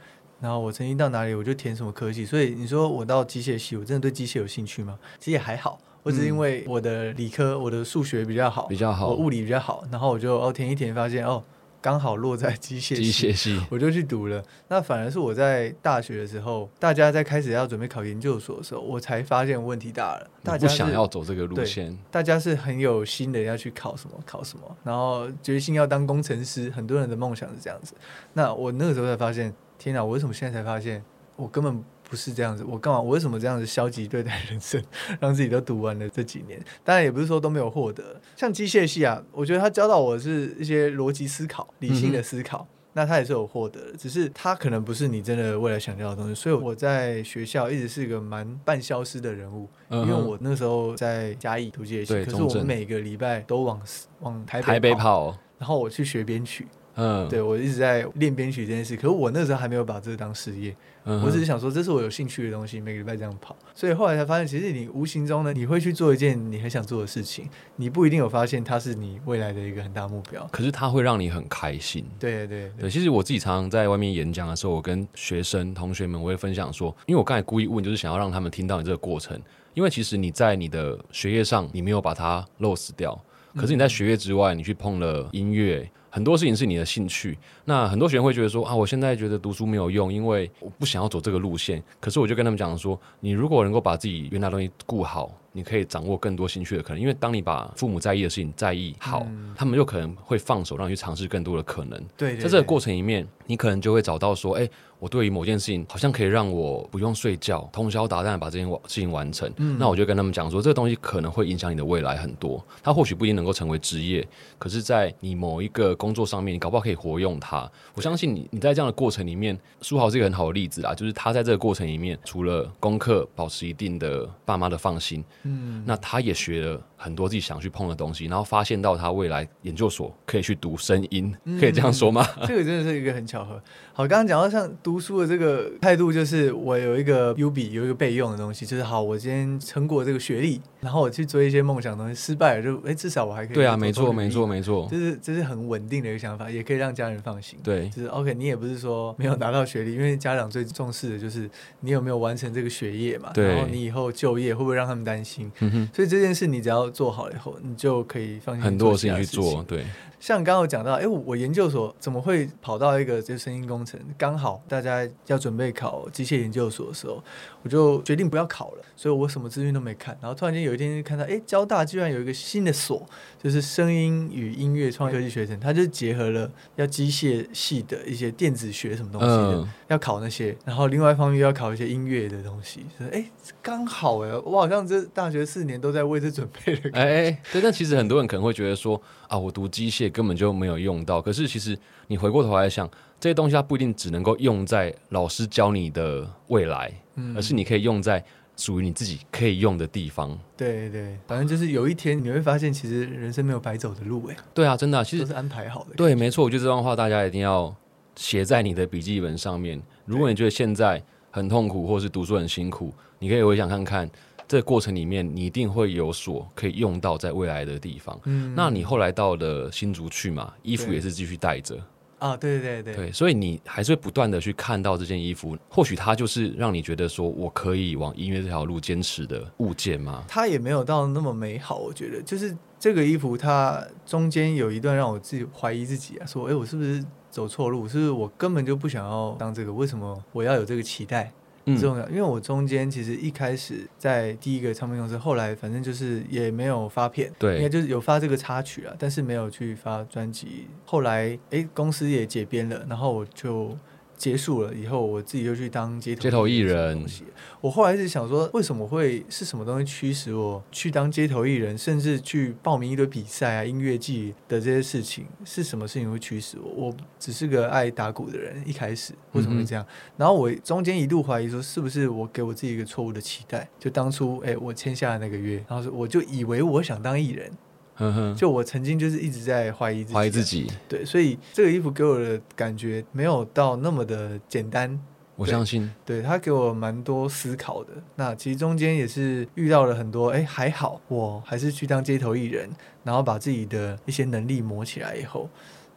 Speaker 2: 然后我成绩到哪里，我就填什么科系。所以你说我到机械系，我真的对机械有兴趣吗？其实也还好，我只是因为我的理科，我的数学比较好，
Speaker 1: 嗯比较好
Speaker 2: 我物理比较好，然后我就哦填一填，发现哦。刚好落在机械
Speaker 1: 机
Speaker 2: 系，
Speaker 1: 械系，
Speaker 2: 我就去读了。那反而是我在大学的时候，大家在开始要准备考研究所的时候，我才发现问题大了。
Speaker 1: 我
Speaker 2: 大
Speaker 1: 不
Speaker 2: 家
Speaker 1: 想
Speaker 2: 是
Speaker 1: 要走这个路
Speaker 2: 对
Speaker 1: 线，
Speaker 2: 大家是很有心的要去考什么考什么，然后决心要当工程师，很多人的梦想是这样子。那我那个时候才发现，天哪！我为什么现在才发现，我根本不是这样子？我干嘛？我为什么这样子消极对待人生，让自己都读完了这几年？当然也不是说都没有获得，像机械系啊，我觉得他教导我是一些逻辑思考、理性的思考。那他也是有获得的，只是他可能不是你真的未来想要的东西，所以我在学校一直是个蛮半消失的人物。
Speaker 1: 嗯
Speaker 2: 因为
Speaker 1: 哼
Speaker 2: 我那时候在嘉义读机械
Speaker 1: 对
Speaker 2: 系，可是
Speaker 1: 中
Speaker 2: 我
Speaker 1: 正
Speaker 2: 每个礼拜都往往台北
Speaker 1: 台北
Speaker 2: 跑，
Speaker 1: 跑，
Speaker 2: 然后我去学编曲，
Speaker 1: 嗯，
Speaker 2: 对我一直在练编曲这件事。可是我那时候还没有把这个当事业，
Speaker 1: 嗯哼，
Speaker 2: 我只是想说这是我有兴趣的东西，每个礼拜这样跑。所以后来才发现，其实你无形中呢，你会去做一件你很想做的事情，你不一定有发现它是你未来的一个很大目标。
Speaker 1: 可是它会让你很开心。
Speaker 2: 对对对
Speaker 1: 对，其实我自己常常在外面演讲的时候，我跟学生同学们我会分享说，因为我刚才故意问，就是想要让他们听到你这个过程，因为其实你在你的学业上你没有把它 lose 掉，可是你在学业之外，你去碰了音乐。很多事情是你的兴趣，那很多学生会觉得说啊，我现在觉得读书没有用，因为我不想要走这个路线。可是我就跟他们讲说，你如果能够把自己原来的东西顾好，你可以掌握更多兴趣的可能。因为当你把父母在意的事情在意好，他们就可能会放手让你去尝试更多的可能。
Speaker 2: 对对，
Speaker 1: 在这个
Speaker 2: 对
Speaker 1: 过程里面，你可能就会找到说，哎、我对于某件事情好像可以让我不用睡觉，通宵达旦地把这件完事情完成。
Speaker 2: 嗯
Speaker 1: 那我就跟他们讲说，这个东西可能会影响你的未来很多，它或许不一定能够成为职业，可是，在你某一个工作上面，你搞不好可以活用它。我相信你，你在这样的过程里面，书豪是一个很好的例子啦，就是他在这个过程里面，除了功课保持一定的爸妈的放心，嗯，那他也学了很多自己想去碰的东西，然后发现到他未来研究所可以去读声音，
Speaker 2: 嗯
Speaker 1: 可以这样说吗？
Speaker 2: 这个真的是一个很巧合。好，刚刚讲到像读书的这个态度，就是我有一个 U 比，有一个备用的东西，就是好，我今天撑过这个学历，然后我去追一些梦想的东西，失败了就哎，至少我还可以
Speaker 1: 对啊，
Speaker 2: 做
Speaker 1: 没错，
Speaker 2: 做履历
Speaker 1: 没错，，没错，
Speaker 2: 这是这是很稳定的一个想法，也可以让家人放心。
Speaker 1: 对，
Speaker 2: 就是 OK，你也不是说没有拿到学历，因为家长最重视的就是你有没有完成这个学业嘛，
Speaker 1: 对
Speaker 2: 然后你以后就业会不会让他们担心，
Speaker 1: 嗯哼，
Speaker 2: 所以这件事你只要做好了以后，你就可以放心
Speaker 1: 很多
Speaker 2: 做
Speaker 1: 事情
Speaker 2: 其他
Speaker 1: 去
Speaker 2: 情
Speaker 1: 做，对，
Speaker 2: 像刚刚有讲到，哎，我我研究所怎么会跑到一个就是声音工程？刚好大家要准备考机械研究所的时候，我就决定不要考了，所以我什么资讯都没看。然后突然间有一天看到，哎，交大居然有一个新的所，就是声音与音乐创意科技学程，它就结合了要机械系的一些电子学什么东西的，
Speaker 1: 嗯，
Speaker 2: 要考那些，然后另外一方面又要考一些音乐的东西。就是哎，刚好哎，我好像这大学四年都在为这准备了。
Speaker 1: 哎哎，哎对，但其实很多人可能会觉得说啊，我读机械根本就没有用到，可是其实你回过头来想，这些东西它不一定只能够用在老师教你的未来，
Speaker 2: 嗯
Speaker 1: 而是你可以用在属于你自己可以用的地方。
Speaker 2: 对对，反正就是有一天你会发现，其实人生没有白走的路，哎，
Speaker 1: 对啊，真的啊、其
Speaker 2: 都
Speaker 1: 实
Speaker 2: 是安排好的。
Speaker 1: 对，没错，我觉得这段话大家一定要写在你的笔记本上面。如果你觉得现在很痛苦，或是读书很辛苦，你可以回想看看，这个过程里面你一定会有所可以用到在未来的地方。
Speaker 2: 嗯
Speaker 1: 那你后来到了新竹去嘛，衣服也是继续带着，
Speaker 2: 啊，对对对对，
Speaker 1: 对，所以你还是会不断的去看到这件衣服，或许它就是让你觉得说我可以往音乐这条路坚持的物件嘛。
Speaker 2: 它也没有到那么美好，我觉得就是这个衣服，它中间有一段让我自己怀疑自己啊，说，哎，我是不是走错路？是不是我根本就不想要当这个？为什么我要有这个期待？
Speaker 1: 嗯
Speaker 2: 这，种，因为我中间其实一开始在第一个唱片公司，后来反正就是也没有发片，
Speaker 1: 对
Speaker 2: 应该就是有发这个插曲啊，但是没有去发专辑。后来哎，公司也解编了，然后我就结束了以后，我自己就去当街头
Speaker 1: 街头艺人
Speaker 2: 什么东西。我后来是想说，为什么会是什么东西驱使我去当街头艺人，甚至去报名一堆比赛啊、音乐季的这些事情，是什么事情会驱使我？我只是个爱打鼓的人，一开始为什么
Speaker 1: 嗯哼
Speaker 2: 会这样？然后我中间一度怀疑说，是不是我给我自己一个错误的期待？就当初哎、我签下的那个约，然后说我就以为我想当艺人，
Speaker 1: 哼嗯哼，
Speaker 2: 就我曾经就是一直在怀疑自己，
Speaker 1: 怀疑自，己，
Speaker 2: 对，所以这个衣服给我的感觉没有到那么的简单，
Speaker 1: 我
Speaker 2: 对
Speaker 1: 相信，
Speaker 2: 对他给我蛮多思考的。那其实中间也是遇到了很多，哎，还好我还是去当街头艺人，然后把自己的一些能力磨起来以后，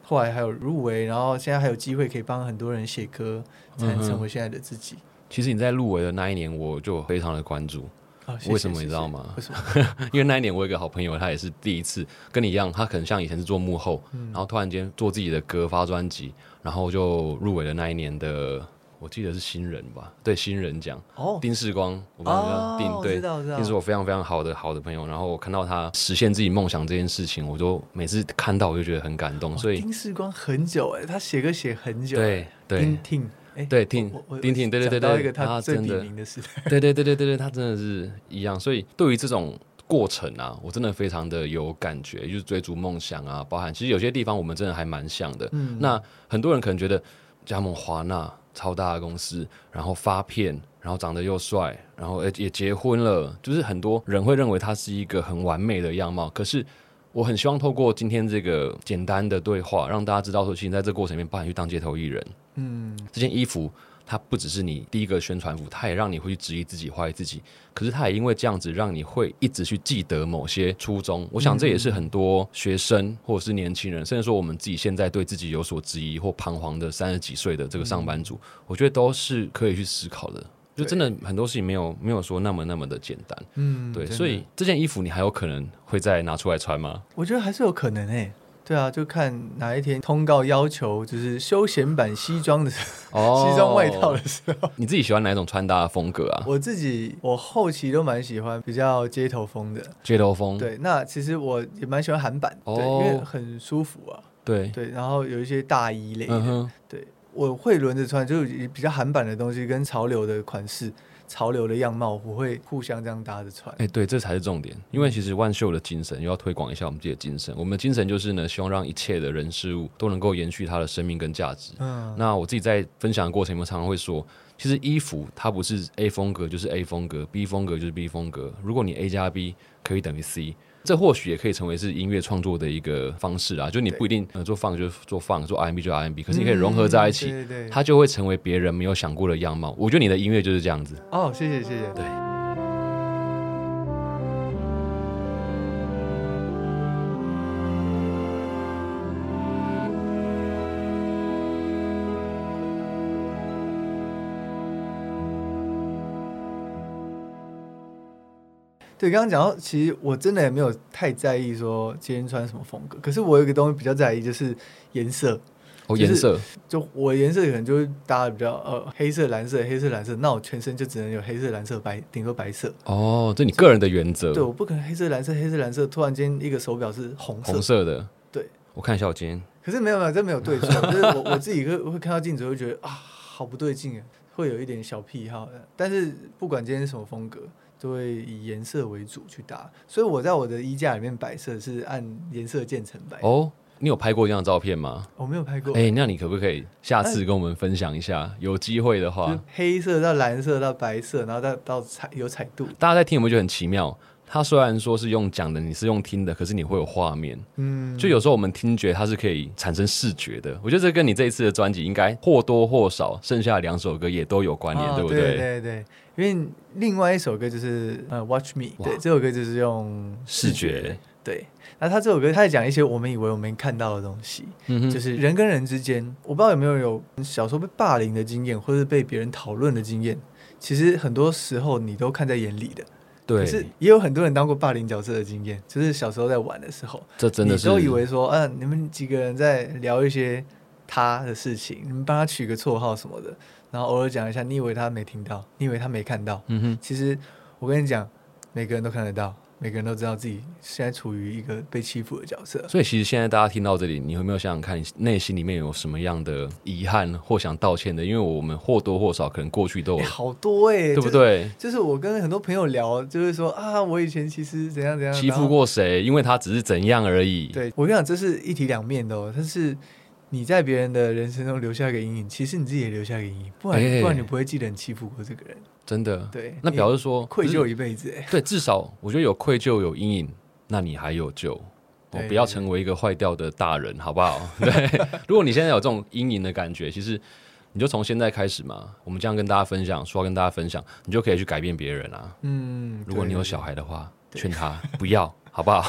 Speaker 2: 后来还有入围，然后现在还有机会可以帮很多人写歌，才
Speaker 1: 嗯
Speaker 2: 能
Speaker 1: 哼
Speaker 2: 成为现在的自己。
Speaker 1: 其实你在入围的那一年，我就非常的关注，
Speaker 2: 哦谢谢
Speaker 1: 为什么
Speaker 2: 谢谢
Speaker 1: 你知道吗
Speaker 2: 为什么？
Speaker 1: 因为那一年我有一个好朋友，他也是第一次跟你一样，他可能像以前是做幕后，
Speaker 2: 嗯
Speaker 1: 然后突然间做自己的歌发专辑，然后就入围了那一年的，我记得是新人吧，对新人奖，
Speaker 2: 哦，
Speaker 1: 丁世光，我帮
Speaker 2: 哦
Speaker 1: 他定，
Speaker 2: 我
Speaker 1: 对
Speaker 2: 知，道，我知道
Speaker 1: 那是，我非常非常好的好的朋友，然后我看到他实现自己梦想这件事情，我就每次看到我就觉得很感动，
Speaker 2: 哇
Speaker 1: 所以
Speaker 2: 哦丁世光很久哎，他写歌写很久，
Speaker 1: 对对
Speaker 2: 丁挺，哎，
Speaker 1: 对挺
Speaker 2: 我我
Speaker 1: 丁挺对对对
Speaker 2: 讲到一
Speaker 1: 对
Speaker 2: 个他
Speaker 1: 他
Speaker 2: 最
Speaker 1: 真
Speaker 2: 底
Speaker 1: 的
Speaker 2: 名的事，
Speaker 1: 对对对对对对，他真的是一样，所以对于这种。过程啊，我真的非常的有感觉，就是追逐梦想啊，包含其实有些地方我们真的还蛮像的。
Speaker 2: 嗯
Speaker 1: 那很多人可能觉得加盟华纳超大的公司，然后发片，然后长得又帅，然后也也结婚了，就是很多人会认为他是一个很完美的样貌。可是我很希望透过今天这个简单的对话，让大家知道说，其实你在这个过程里面，包含去当街头艺人，
Speaker 2: 嗯，
Speaker 1: 这件衣服它不只是你第一个宣传服，它也让你会去质疑自己、怀疑自己。可是它也因为这样子，让你会一直去记得某些初衷。我想这也是很多学生或者是年轻人，甚至说我们自己现在对自己有所质疑或彷徨的三十几岁的这个上班族，我觉得都是可以去思考的。就
Speaker 2: 对
Speaker 1: 真的很多事情没有没有说那么那么的简单，
Speaker 2: 嗯，
Speaker 1: 对，
Speaker 2: 真的
Speaker 1: 所以这件衣服你还有可能会再拿出来穿 吗？
Speaker 2: 我觉得还是有可能哎、对啊，就看哪一天通告要求就是休闲版西装的时候、
Speaker 1: 哦
Speaker 2: 西装外套的，时候，
Speaker 1: 你自己喜欢哪一种穿搭的风格啊？
Speaker 2: 我自己我后期都蛮喜欢比较街头风的。
Speaker 1: 街头风，
Speaker 2: 对，那其实我也蛮喜欢韩版，对，
Speaker 1: 嗯哦
Speaker 2: 因为很舒服啊。
Speaker 1: 对，
Speaker 2: 对，然后有一些大衣类的，
Speaker 1: 嗯哼，
Speaker 2: 对，我会轮着穿，就是比较韩版的东西跟潮流的款式、潮流的样貌，我会互相这样搭着穿
Speaker 1: 哎、。对，这才是重点。因为其实万秀的精神，又要推广一下我们自己的精神。我们的精神就是呢，希望让一切的人事物都能够延续它的生命跟价值。
Speaker 2: 嗯，
Speaker 1: 那我自己在分享的过程里面，常常会说，其实衣服它不是 A 风格就是 A 风格，B 风格就是 B 风格。如果你 A 加 B 可以等于 C，这或许也可以成为是音乐创作的一个方式啊。就你不一定呃做放就是做放，做 R&B 就 R&B，可是你可以融合在一起，
Speaker 2: 嗯对对对。
Speaker 1: 它就会成为别人没有想过的样貌。我觉得你的音乐就是这样子。
Speaker 2: 哦，谢谢谢谢。
Speaker 1: 对
Speaker 2: 对，刚刚讲到，其实我真的也没有太在意说今天穿什么风格，可是我有一个东西比较在意，就是颜色。
Speaker 1: 哦，
Speaker 2: 就是
Speaker 1: 颜色，
Speaker 2: 就我颜色可能就是搭的比较呃黑色、蓝色、黑色、蓝色，那我全身就只能有黑色、蓝色、白，顶多白色。
Speaker 1: 哦，这你个人的原则。
Speaker 2: 对，我不可能黑色、蓝色、黑色、蓝色，突然间一个手表是红色。
Speaker 1: 红色的。
Speaker 2: 对，
Speaker 1: 我看一下我今天
Speaker 2: 可是没有没有，这没有对错，就是我我自己会会看到镜子会觉得啊，好不对劲啊，会有一点小癖好的。但是不管今天是什么风格，都会以颜色为主去搭。所以我在我的衣架里面摆设是按颜色渐层摆。
Speaker 1: 哦，你有拍过这样的照片吗？
Speaker 2: 哎我没有拍过，
Speaker 1: 哎、那你可不可以下次跟我们分享一下？有机会的
Speaker 2: 就是
Speaker 1: 话，
Speaker 2: 黑色到蓝色到白色，然后到到彩有彩度。
Speaker 1: 大家在听有没有觉得很奇妙？它虽然说是用讲的，你是用听的，可是你会有画面。
Speaker 2: 嗯，
Speaker 1: 就有时候我们听觉它是可以产生视觉的。我觉得这跟你这一次的专辑应该或多或少，剩下两首歌也都有关联，
Speaker 2: 哦
Speaker 1: 对不
Speaker 2: 对？对对，因为另外一首歌就是呃《Watch Me》，
Speaker 1: 哇
Speaker 2: 对，这首歌就是用
Speaker 1: 视觉，
Speaker 2: 对，那他这首歌他在讲一些我们以为我们看到的东西，
Speaker 1: 嗯哼，
Speaker 2: 就是人跟人之间，我不知道有没有有小时候被霸凌的经验，或是被别人讨论的经验。其实很多时候你都看在眼里的，可是
Speaker 1: 对，
Speaker 2: 也有很多人当过霸凌角色的经验，就是小时候在玩的时候，
Speaker 1: 这真的是
Speaker 2: 你都以为说，嗯、你们几个人在聊一些他的事情，你们帮他取个绰号什么的，然后偶尔讲一下，你以为他没听到，你以为他没看到，
Speaker 1: 嗯哼，
Speaker 2: 其实我跟你讲，每个人都看得到，每个人都知道自己现在处于一个被欺负的角色。
Speaker 1: 所以其实现在大家听到这里，你有没有想想看，你内心里面有什么样的遗憾或想道歉的？因为我们或多或少可能过去 都有，
Speaker 2: 欸好多哎、
Speaker 1: 对
Speaker 2: 就
Speaker 1: 不？对？
Speaker 2: 就是我跟很多朋友聊，就是说啊，我以前其实怎样怎样
Speaker 1: 欺负。
Speaker 2: 然后
Speaker 1: 过谁？因为他只是怎样而已。，
Speaker 2: 啊对我跟你讲，这是一体两面的哦。但是你在别人的人生中留下一个阴影，其实你自己也留下一个阴影，不然、
Speaker 1: 欸
Speaker 2: 不然你不会记得你欺负过这个人。
Speaker 1: 真的。
Speaker 2: 对，
Speaker 1: 那表
Speaker 2: 示
Speaker 1: 示说
Speaker 2: 愧
Speaker 1: 不
Speaker 2: 疚
Speaker 1: 是
Speaker 2: 一辈子哎、
Speaker 1: 对，至少我觉得有愧疚有阴影，那你还有救。哦
Speaker 2: 对、
Speaker 1: 不要成为一个坏掉的大人，好不好？ 对，如果你现在有这种阴影的感觉，其实你就从现在开始嘛。我们这样跟大家分享，说要跟大家分享，你就可以去改变别人啊。
Speaker 2: 嗯，
Speaker 1: 如果你有
Speaker 2: 对
Speaker 1: 小孩的话，劝他不要，好 不好？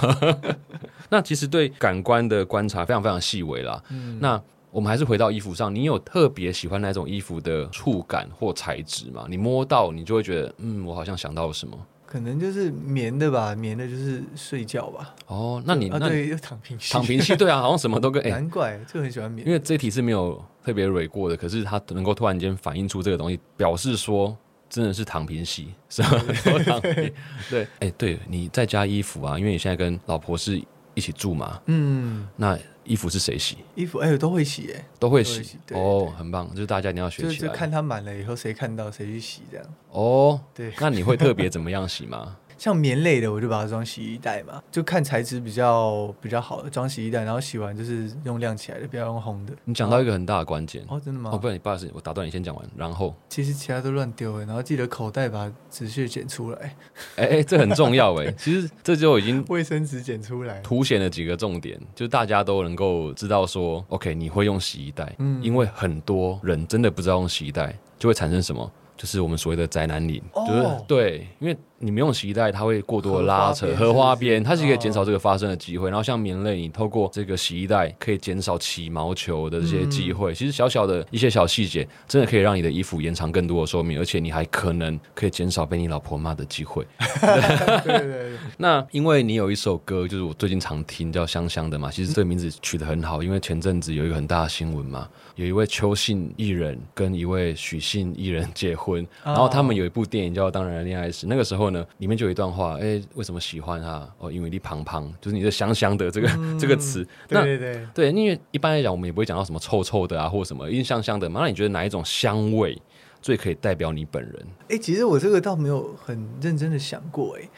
Speaker 1: 那其实对感官的观察非常非常细微啦。
Speaker 2: 嗯
Speaker 1: 那我们还是回到衣服上，你有特别喜欢哪种衣服的触感或材质吗？你摸到你就会觉得，嗯，我好像想到了什么。
Speaker 2: 可能就是棉的吧，棉的就是睡觉吧。
Speaker 1: 哦，那你
Speaker 2: 啊，
Speaker 1: 那你
Speaker 2: 对，又躺平系
Speaker 1: 躺平系对啊，好像什么都 跟哎、
Speaker 2: 难怪就很喜欢棉
Speaker 1: 因。为这题是没有特别蕊过的，可是它能够突然间反映出这个东西，表示说真的是躺平系， 什么都躺平。 对，哎、对你在家衣服啊，因为你现在跟老婆是一起住嘛，
Speaker 2: 嗯，
Speaker 1: 那衣服是谁洗？
Speaker 2: 衣服哎、我都会洗哎、
Speaker 1: 都会
Speaker 2: 都
Speaker 1: 洗
Speaker 2: 会洗对
Speaker 1: 哦，很棒，就是大家一定要学
Speaker 2: 就
Speaker 1: 起
Speaker 2: 就
Speaker 1: 来
Speaker 2: 看它满了以后谁看到谁去洗这样。
Speaker 1: 哦。
Speaker 2: 对，
Speaker 1: 那你会特别怎么样洗吗？
Speaker 2: 像棉类的我就把它装洗衣袋嘛，就看材质比较比较好的装洗衣袋，然后洗完就是用晾起来的，不要用烘的。
Speaker 1: 你讲到一个很大的关键
Speaker 2: 哦，真的吗？
Speaker 1: 哦，不然你不好意思，我打断你先讲完，然后
Speaker 2: 其实其他都乱丢哎，然后记得口袋把纸屑剪出来，
Speaker 1: 哎哎、这很重要哎，其实这就已经
Speaker 2: 卫生纸剪出来。
Speaker 1: 凸显了几个重点，就是大家都能够知道说，OK，你会用洗衣袋，
Speaker 2: 嗯
Speaker 1: 因为很多人真的不知道用洗衣袋，就会产生什么，就是我们所谓的宅男领，
Speaker 2: 哦
Speaker 1: 就是对，因为你没用洗衣袋，它会过多的拉扯
Speaker 2: 荷
Speaker 1: 荷
Speaker 2: 花
Speaker 1: 花
Speaker 2: 边
Speaker 1: 边，
Speaker 2: 是
Speaker 1: 它是
Speaker 2: 不是
Speaker 1: 可以减少这个发生的机会。然后像棉类，你透过这个洗衣袋可以减少起毛球的这些机
Speaker 2: 嗯
Speaker 1: 会。其实小小的一些小细节，真的可以让你的衣服延长更多的寿命，而且你还可能可以减少被你老婆骂的机会。
Speaker 2: 对对对，
Speaker 1: 那因为你有一首歌，就是我最近常听叫《香香的》嘛，其实这个名字取得很好，因为前阵子有一个很大的新闻嘛，有一位邱姓艺人跟一位许姓艺人结婚，
Speaker 2: 哦
Speaker 1: 然后他们有一部电影叫《当然的恋爱史》，那个时候呢，里面就有一段话，哎，为什么喜欢他？哦，因为你胖胖，就是你的香香的这个、这个词。那
Speaker 2: 嗯对对对，
Speaker 1: 对，因为一般来讲，我们也不会讲到什么臭臭的啊，或者什么，因为香香的嘛。那你觉得哪一种香味最可以代表你本人？
Speaker 2: 哎、其实我这个倒没有很认真的想过哎、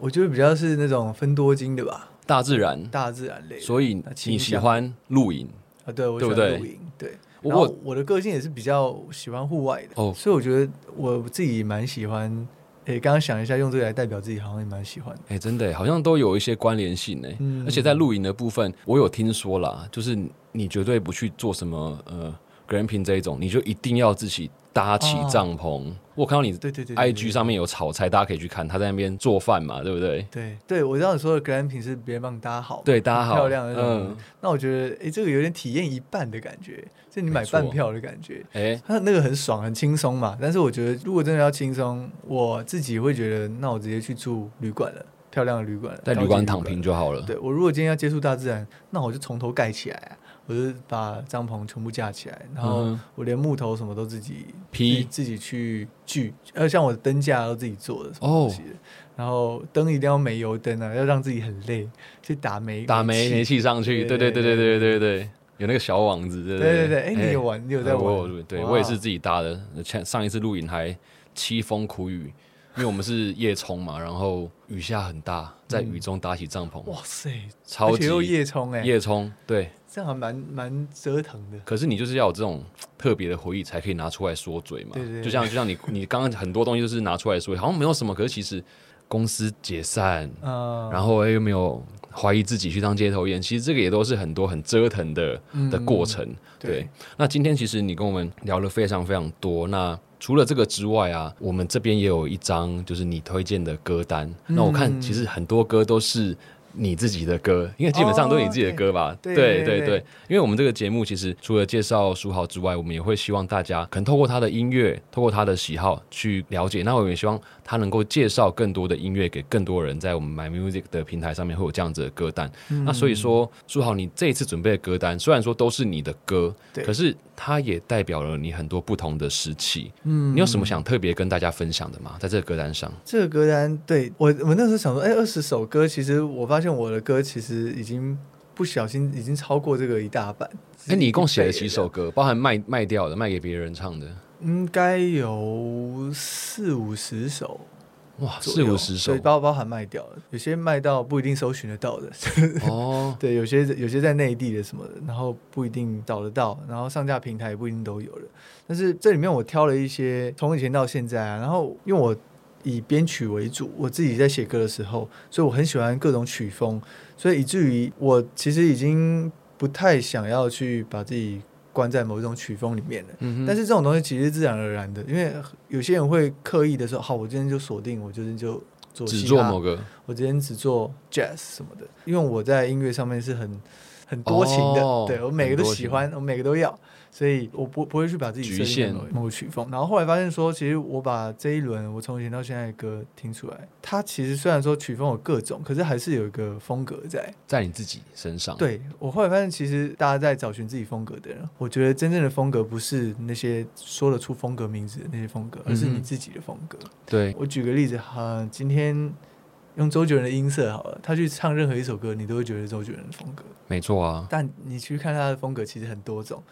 Speaker 2: 我觉得比较是那种分多金的吧，
Speaker 1: 大自然。
Speaker 2: 大自然类的。
Speaker 1: 所以
Speaker 2: 那清
Speaker 1: 你喜
Speaker 2: 香
Speaker 1: 欢露营？
Speaker 2: 啊，对，我喜
Speaker 1: 对不
Speaker 2: 欢
Speaker 1: 对
Speaker 2: 露营，对。然后我的个性也是比较喜欢户外的，
Speaker 1: 哦
Speaker 2: 所以我觉得我自己蛮喜欢。诶，刚刚想一下，用这个来代表自己，好像也蛮喜欢的。
Speaker 1: 哎、真的耶，好像都有一些关联性呢。
Speaker 2: 嗯
Speaker 1: 而且在露营的部分，我有听说啦，就是你绝对不去做什么呃 glamping 这一种，你就一定要自己搭起
Speaker 2: 哦
Speaker 1: 帐篷。我看到你
Speaker 2: 对对对对
Speaker 1: IG 上面有炒菜，大家可以去看，他在那边做饭嘛，对不对？
Speaker 2: 对对，我知道你说的 glamping 是别人帮你搭好，
Speaker 1: 对，大家好，
Speaker 2: 漂亮的那种
Speaker 1: 嗯，。
Speaker 2: 那我觉得，诶，这个有点体验一半的感觉，就你买
Speaker 1: 没错
Speaker 2: 半票的感觉。
Speaker 1: 哎、
Speaker 2: 它那个很爽，很轻松嘛。但是我觉得，如果真的要轻松，我自己会觉得，那我直接去住旅馆了，漂亮的旅馆了，
Speaker 1: 在
Speaker 2: 高
Speaker 1: 旅
Speaker 2: 级
Speaker 1: 馆躺平就好了。
Speaker 2: 对我如果今天要接触大自然，那我就从头盖起来啊，我就把帐篷全部架起来，然后
Speaker 1: 嗯哼
Speaker 2: 我连木头什么都自己
Speaker 1: 劈
Speaker 2: 自己自己去锯，呃，像我的灯架都自己做的什么
Speaker 1: 哦
Speaker 2: 东西的然后灯一定要煤油灯啊，要让自己很累，去打煤
Speaker 1: 打煤煤
Speaker 2: 煤气。
Speaker 1: 气上去，对
Speaker 2: 对
Speaker 1: 对对
Speaker 2: 对
Speaker 1: 对对对对，有那个小网子，对
Speaker 2: 对
Speaker 1: 对
Speaker 2: 对对，哎，你有玩，你有在
Speaker 1: 呃
Speaker 2: 玩？
Speaker 1: 我有对
Speaker 2: 哇
Speaker 1: 我也是自己搭的。呃前上一次露营还凄风苦雨，因为我们是夜冲嘛，然后雨下很大，在雨中搭起帐篷，
Speaker 2: 嗯哇塞，
Speaker 1: 超
Speaker 2: 而且
Speaker 1: 级
Speaker 2: 又夜冲哎，
Speaker 1: 夜冲。对，
Speaker 2: 这样还蛮蛮折腾的。
Speaker 1: 可是你就是要有这种特别的回忆，才可以拿出来说嘴嘛。
Speaker 2: 对对对
Speaker 1: 就像就像你你刚刚很多东西就是拿出来说，好像没有什么，可是其实公司解散，
Speaker 2: 嗯，
Speaker 1: 然后哎又没有怀疑自己去当街头艺人，其实这个也都是很多很折腾的的过程。
Speaker 2: 嗯对
Speaker 1: 对，那今天其实你跟我们聊了非常非常多。那除了这个之外啊，我们这边也有一张就是你推荐的歌单。那我
Speaker 2: 嗯
Speaker 1: 看其实很多歌都是。你自己的歌，因为基本上都是你自己
Speaker 2: 哦
Speaker 1: 的歌吧？
Speaker 2: 对
Speaker 1: 对
Speaker 2: 对对
Speaker 1: 对，因为我们这个节目其实除了介绍书豪之外，我们也会希望大家可能透过他的音乐，透过他的喜好去了解。那我们也希望他能够介绍更多的音乐给更多人，在我们 My Music 的平台上面会有这样子的歌单。
Speaker 2: 嗯
Speaker 1: 那所以说，书豪，你这一次准备的歌单虽然说都是你的歌，
Speaker 2: 对
Speaker 1: 可是它也代表了你很多不同的时期。
Speaker 2: 嗯
Speaker 1: 你有什么想特别跟大家分享的吗？在这个歌单上，
Speaker 2: 这个歌单，对我我那时候想说，哎，二十首歌，其实我发现我的歌其实已经不小心已经超过这个一大半。
Speaker 1: 哎，你一共写了几首？歌？包含卖卖掉的、卖给别人唱的，
Speaker 2: 应该有四五十首
Speaker 1: 哇，
Speaker 2: 左
Speaker 1: 四
Speaker 2: 右，
Speaker 1: 五十首
Speaker 2: 对，包包含卖掉了，有些卖到不一定搜寻得到的，
Speaker 1: 哦。
Speaker 2: 对，有些有些在内地的什么的，然后不一定找得到，然后上架平台也不一定都有的。但是这里面我挑了一些从以前到现在啊，然后因为我以编曲为主，我自己在写歌的时候，所以我很喜欢各种曲风，所以以至于我其实已经不太想要去把自己关在某一种曲风里面了。
Speaker 1: 嗯哼
Speaker 2: 但是这种东西其实是自然而然的，因为有些人会刻意的说，好，我今天就锁定，我今天就做
Speaker 1: 只
Speaker 2: 嘻
Speaker 1: 做
Speaker 2: 哈
Speaker 1: 某个
Speaker 2: 我今天只做 jazz 什么的，因为我在音乐上面是很很多情的，
Speaker 1: 哦
Speaker 2: 对我每个都喜欢，我每个都要。所以我不不会去把自己设定成
Speaker 1: 局限
Speaker 2: 某个曲风。然后后来发现说，其实我把这一轮我从以前到现在的歌听出来，它其实虽然说曲风有各种，可是还是有一个风格在。
Speaker 1: 在你自己身上。，
Speaker 2: 对我后来发现，其实大家在找寻自己风格的人，我觉得真正的风格不是那些说得出风格名字的那些风格，而是
Speaker 1: 嗯
Speaker 2: 你
Speaker 1: 哼
Speaker 2: 自己的风格。
Speaker 1: 对，
Speaker 2: 我举个例子哈、今天用周杰伦的音色好了，他去唱任何一首歌，你都会觉得周杰伦的风格。
Speaker 1: 没错啊，
Speaker 2: 但你去看他的风格，其实很多种。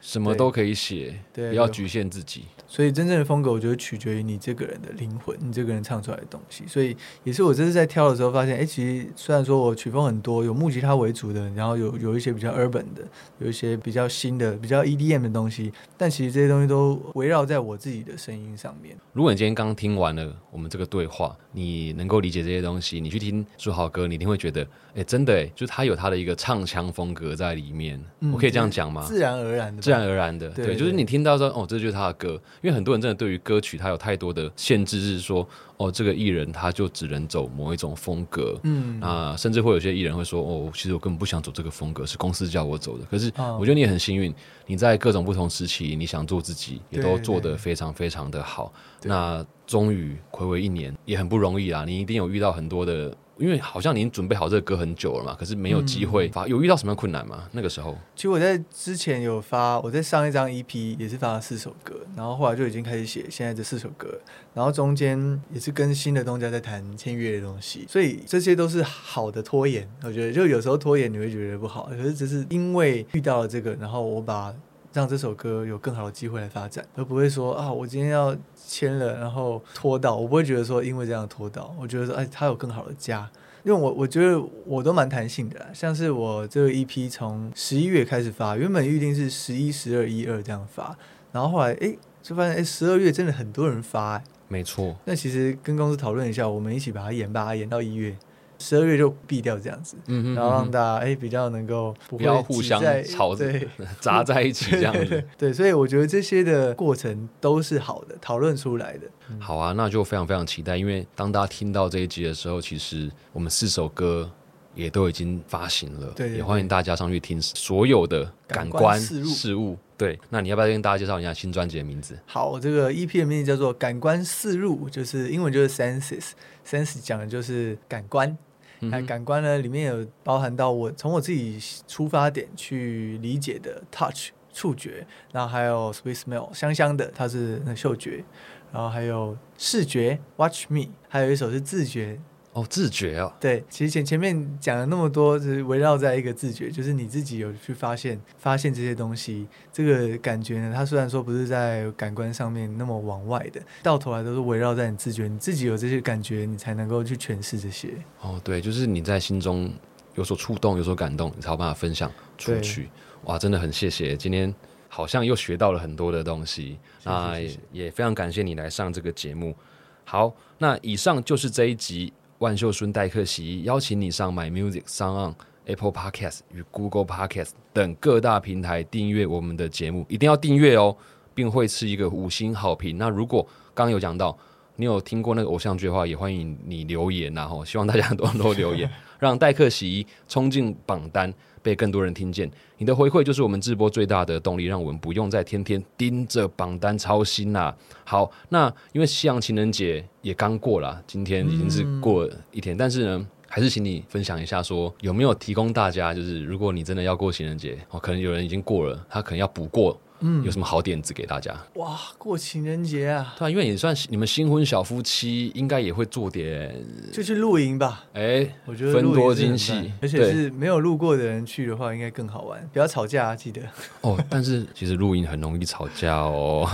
Speaker 1: 什么
Speaker 2: 对
Speaker 1: 都可以写，
Speaker 2: 对，
Speaker 1: 不要
Speaker 2: 对
Speaker 1: 局限自己。
Speaker 2: 所以真正的风格，我觉得取决于你这个人的灵魂，你这个人唱出来的东西。所以也是我这次在挑的时候发现，哎，其实虽然说我曲风很多，有木吉他为主的，然后有有一些比较 urban 的，有一些比较新的、比较 EDM 的东西，但其实这些东西都围绕在我自己的声音上面。
Speaker 1: 如果你今天刚听完了我们这个对话，你能够理解这些东西，你去听书豪歌，你一定会觉得，哎，真的哎，就是他有他的一个唱腔风格在里面。
Speaker 2: 嗯
Speaker 1: 我可以这样讲吗？
Speaker 2: 自然而然的，
Speaker 1: 自然而然的，
Speaker 2: 对
Speaker 1: 对，
Speaker 2: 对
Speaker 1: 就是你听到说哦，这就是他的歌，因为很多人真的对于歌曲他有太多的限制，是说哦，这个艺人他就只能走某一种风格，
Speaker 2: 嗯，
Speaker 1: 那甚至会有些艺人会说：“哦，其实我根本不想走这个风格，是公司叫我走的。”可是
Speaker 2: 嗯
Speaker 1: 我觉得你也很幸运，你在各种不同时期，你想做自己，也
Speaker 2: 对
Speaker 1: 都
Speaker 2: 对
Speaker 1: 做得非常非常的好。
Speaker 2: 对
Speaker 1: 那终于暌违一年，也很不容易啦。你一定有遇到很多的，因为好像你已经准备好这个歌很久了嘛，可是没有机会
Speaker 2: 嗯
Speaker 1: 发。有遇到什么样的困难吗？那个时候，
Speaker 2: 其实我在之前有发，我在上一张 EP 也是发了四首歌，然后后来就已经开始写现在这四首歌，然后中间也是跟新的东家在谈签约的东西，所以这些都是好的拖延。我觉得就有时候拖延你会觉得不好，可是只是因为遇到了这个，然后我把。让这首歌有更好的机会来发展，而不会说啊，我今天要签了，然后拖到，我不会觉得说因为这样拖到，我觉得说哎，它有更好的家，因为我我觉得我都蛮弹性的啦，像是我这个 EP 从十一月开始发，原本预定是十一、十二、一二这样发，然后后来诶就发现诶十二月真的很多人发、诶
Speaker 1: 没错，
Speaker 2: 那其实跟公司讨论一下，我们一起把它延吧，延到一月，十二月就避掉这样子，
Speaker 1: 嗯
Speaker 2: 然后让大家诶比较能够
Speaker 1: 不
Speaker 2: 不会
Speaker 1: 要互
Speaker 2: 挤
Speaker 1: 相
Speaker 2: 在
Speaker 1: 吵着
Speaker 2: 对
Speaker 1: 砸在一 起这样子。
Speaker 2: 对，所以我觉得这些的过程都是好的，讨论出来的，
Speaker 1: 好啊，那就非常非常期待，因为当大家听到这一集的时候，其实我们四首歌也都已经发行了，
Speaker 2: 对对
Speaker 1: 也欢迎大家上去听所有的感
Speaker 2: 感官
Speaker 1: 官
Speaker 2: 事物
Speaker 1: 事物。对，那你要不要跟大家介绍一下新专辑的名字？
Speaker 2: 好，这个 E EP 的名字叫做《感官四入》，就是英文就是 senses。sense 讲的就是感官，
Speaker 1: 嗯
Speaker 2: 那、感官呢里面有包含到我从我自己出发点去理解的 touch 触觉，然后还有 sweet smell 香香的，它是那嗅觉，然后还有视觉 watch me，还有一首是自觉
Speaker 1: 哦，自觉啊，
Speaker 2: 对，其实前前面讲了那么多，就是围绕在一个自觉，就是你自己有去发现发现这些东西，这个感觉呢，它虽然说不是在感官上面那么往外的，到头来都是围绕在你自觉，你自己有这些感觉，你才能够去诠释这些。
Speaker 1: 哦，对，就是你在心中有所触动，有所感动，你才有办法分享出
Speaker 2: 对
Speaker 1: 去。哇，真的很谢谢今天。好像又学到了很多的东西，
Speaker 2: 谢谢
Speaker 1: 那
Speaker 2: 谢
Speaker 1: 也
Speaker 2: 谢
Speaker 1: 也非常感谢你来上这个节目。好，那以上就是这一集万秀孙代客洗衣，邀请你上 My Music、s o n Apple Podcast 与 Google Podcast 等各大平台订阅我们的节目，一定要订阅哦，并会是一个五星好评。那如果刚刚有讲到，你有听过那个偶像剧的话，也欢迎你留言然、后希望大家都能够留言，让代客洗衣冲进榜单，被更多人听见。你的回馈就是我们直播最大的动力，让我们不用再天天盯着榜单操心啦、好，那因为西洋情人节也刚过啦，今天已经是过了一天，但是呢。还是请你分享一下说有没有提供大家，就是如果你真的要过情人节，哦，可能有人已经过了，他可能要补过，嗯，有什么好点子给大家？
Speaker 2: 哇，过情人节啊，
Speaker 1: 对啊，因为也算是你们新婚小夫妻，应该也会做点
Speaker 2: 就去露营吧。
Speaker 1: 哎，
Speaker 2: 我觉得
Speaker 1: 分
Speaker 2: 露营
Speaker 1: 多
Speaker 2: 是很
Speaker 1: 精细
Speaker 2: 棒而且
Speaker 1: 对
Speaker 2: 是没有路过的人去的话，应该更好玩。不要吵架、啊，记 得。
Speaker 1: 哦，但是其实录音很容易吵架哦。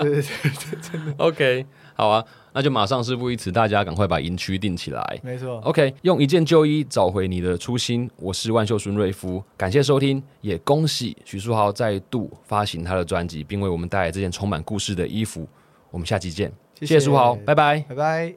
Speaker 2: 对对对，
Speaker 1: OK，好啊，那就马上事不宜迟，大家赶快把营区定起来。
Speaker 2: 没错。
Speaker 1: OK，用一件旧衣找回你的初心。我是万秀孙瑞夫，感谢收听，也恭喜许书豪再度发行他的专辑，并为我们带来这件充满故事的衣服。我们下期见，
Speaker 2: 谢
Speaker 1: 谢谢书豪，拜拜。
Speaker 2: 拜拜。